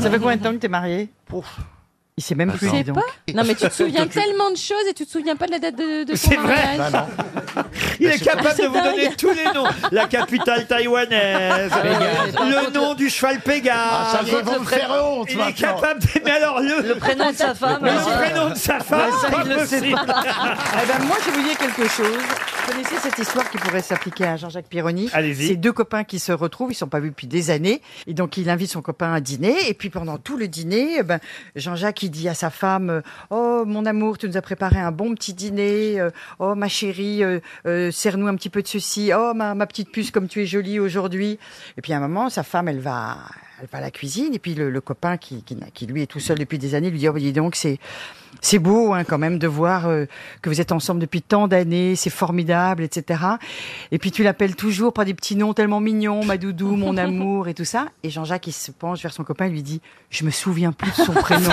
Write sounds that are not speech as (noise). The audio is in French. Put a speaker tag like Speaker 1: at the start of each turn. Speaker 1: Ça fait combien de temps que t'es marié Pouf. Il sait même plus,
Speaker 2: Attends.
Speaker 1: dis
Speaker 2: C'est
Speaker 1: donc.
Speaker 3: pas Non, mais tu
Speaker 4: (laughs)
Speaker 3: te souviens tellement de choses et tu te souviens pas de la date de, de ton
Speaker 4: C'est vrai
Speaker 3: mariage.
Speaker 5: Bah,
Speaker 4: Il est
Speaker 3: c'est-
Speaker 4: capable
Speaker 3: c'est
Speaker 4: de vous
Speaker 3: dingue.
Speaker 4: donner tous les noms. La capitale taïwanaise,
Speaker 6: Ah ouais, c'est
Speaker 4: le nom du cheval Pégase.
Speaker 6: Ah, ça, ils vont me faire honte,
Speaker 4: Il est
Speaker 6: maintenant.
Speaker 4: capable de... Mais alors, le...
Speaker 5: Le prénom de sa femme.
Speaker 4: Le
Speaker 5: alors, euh,
Speaker 4: prénom de sa femme,
Speaker 5: ça,
Speaker 4: c'est pas
Speaker 5: il le sait
Speaker 4: possible.
Speaker 1: Eh ben, moi, je vais vous dire quelque chose. Vous connaissez cette histoire qui pourrait s'appliquer à Jean-Jacques Pironi
Speaker 4: Allez-y.
Speaker 1: C'est deux copains qui se retrouvent, ils sont pas vus depuis des années, et donc il invite son copain à dîner, et puis pendant tout le dîner, eh ben, Jean-Jacques il dit à sa femme euh, Oh mon amour, tu nous as préparé un bon petit dîner, Euh, oh ma chérie, euh, euh, serre-nous un petit peu de ceci, oh ma, ma petite puce, comme tu es jolie aujourd'hui. Et puis à un moment, sa femme, elle va, elle va à la cuisine, et puis le, le copain qui, qui, n'a- qui, lui est tout seul depuis des années lui dit Oh, bah, dis donc, c'est. C'est beau hein, quand même de voir euh, que vous êtes ensemble depuis tant d'années, c'est formidable, etc. Et puis tu l'appelles toujours par des petits noms tellement mignons, ma doudou, mon amour et tout ça. Et Jean-Jacques, il se penche vers son copain et lui dit « Je me souviens plus de son prénom. »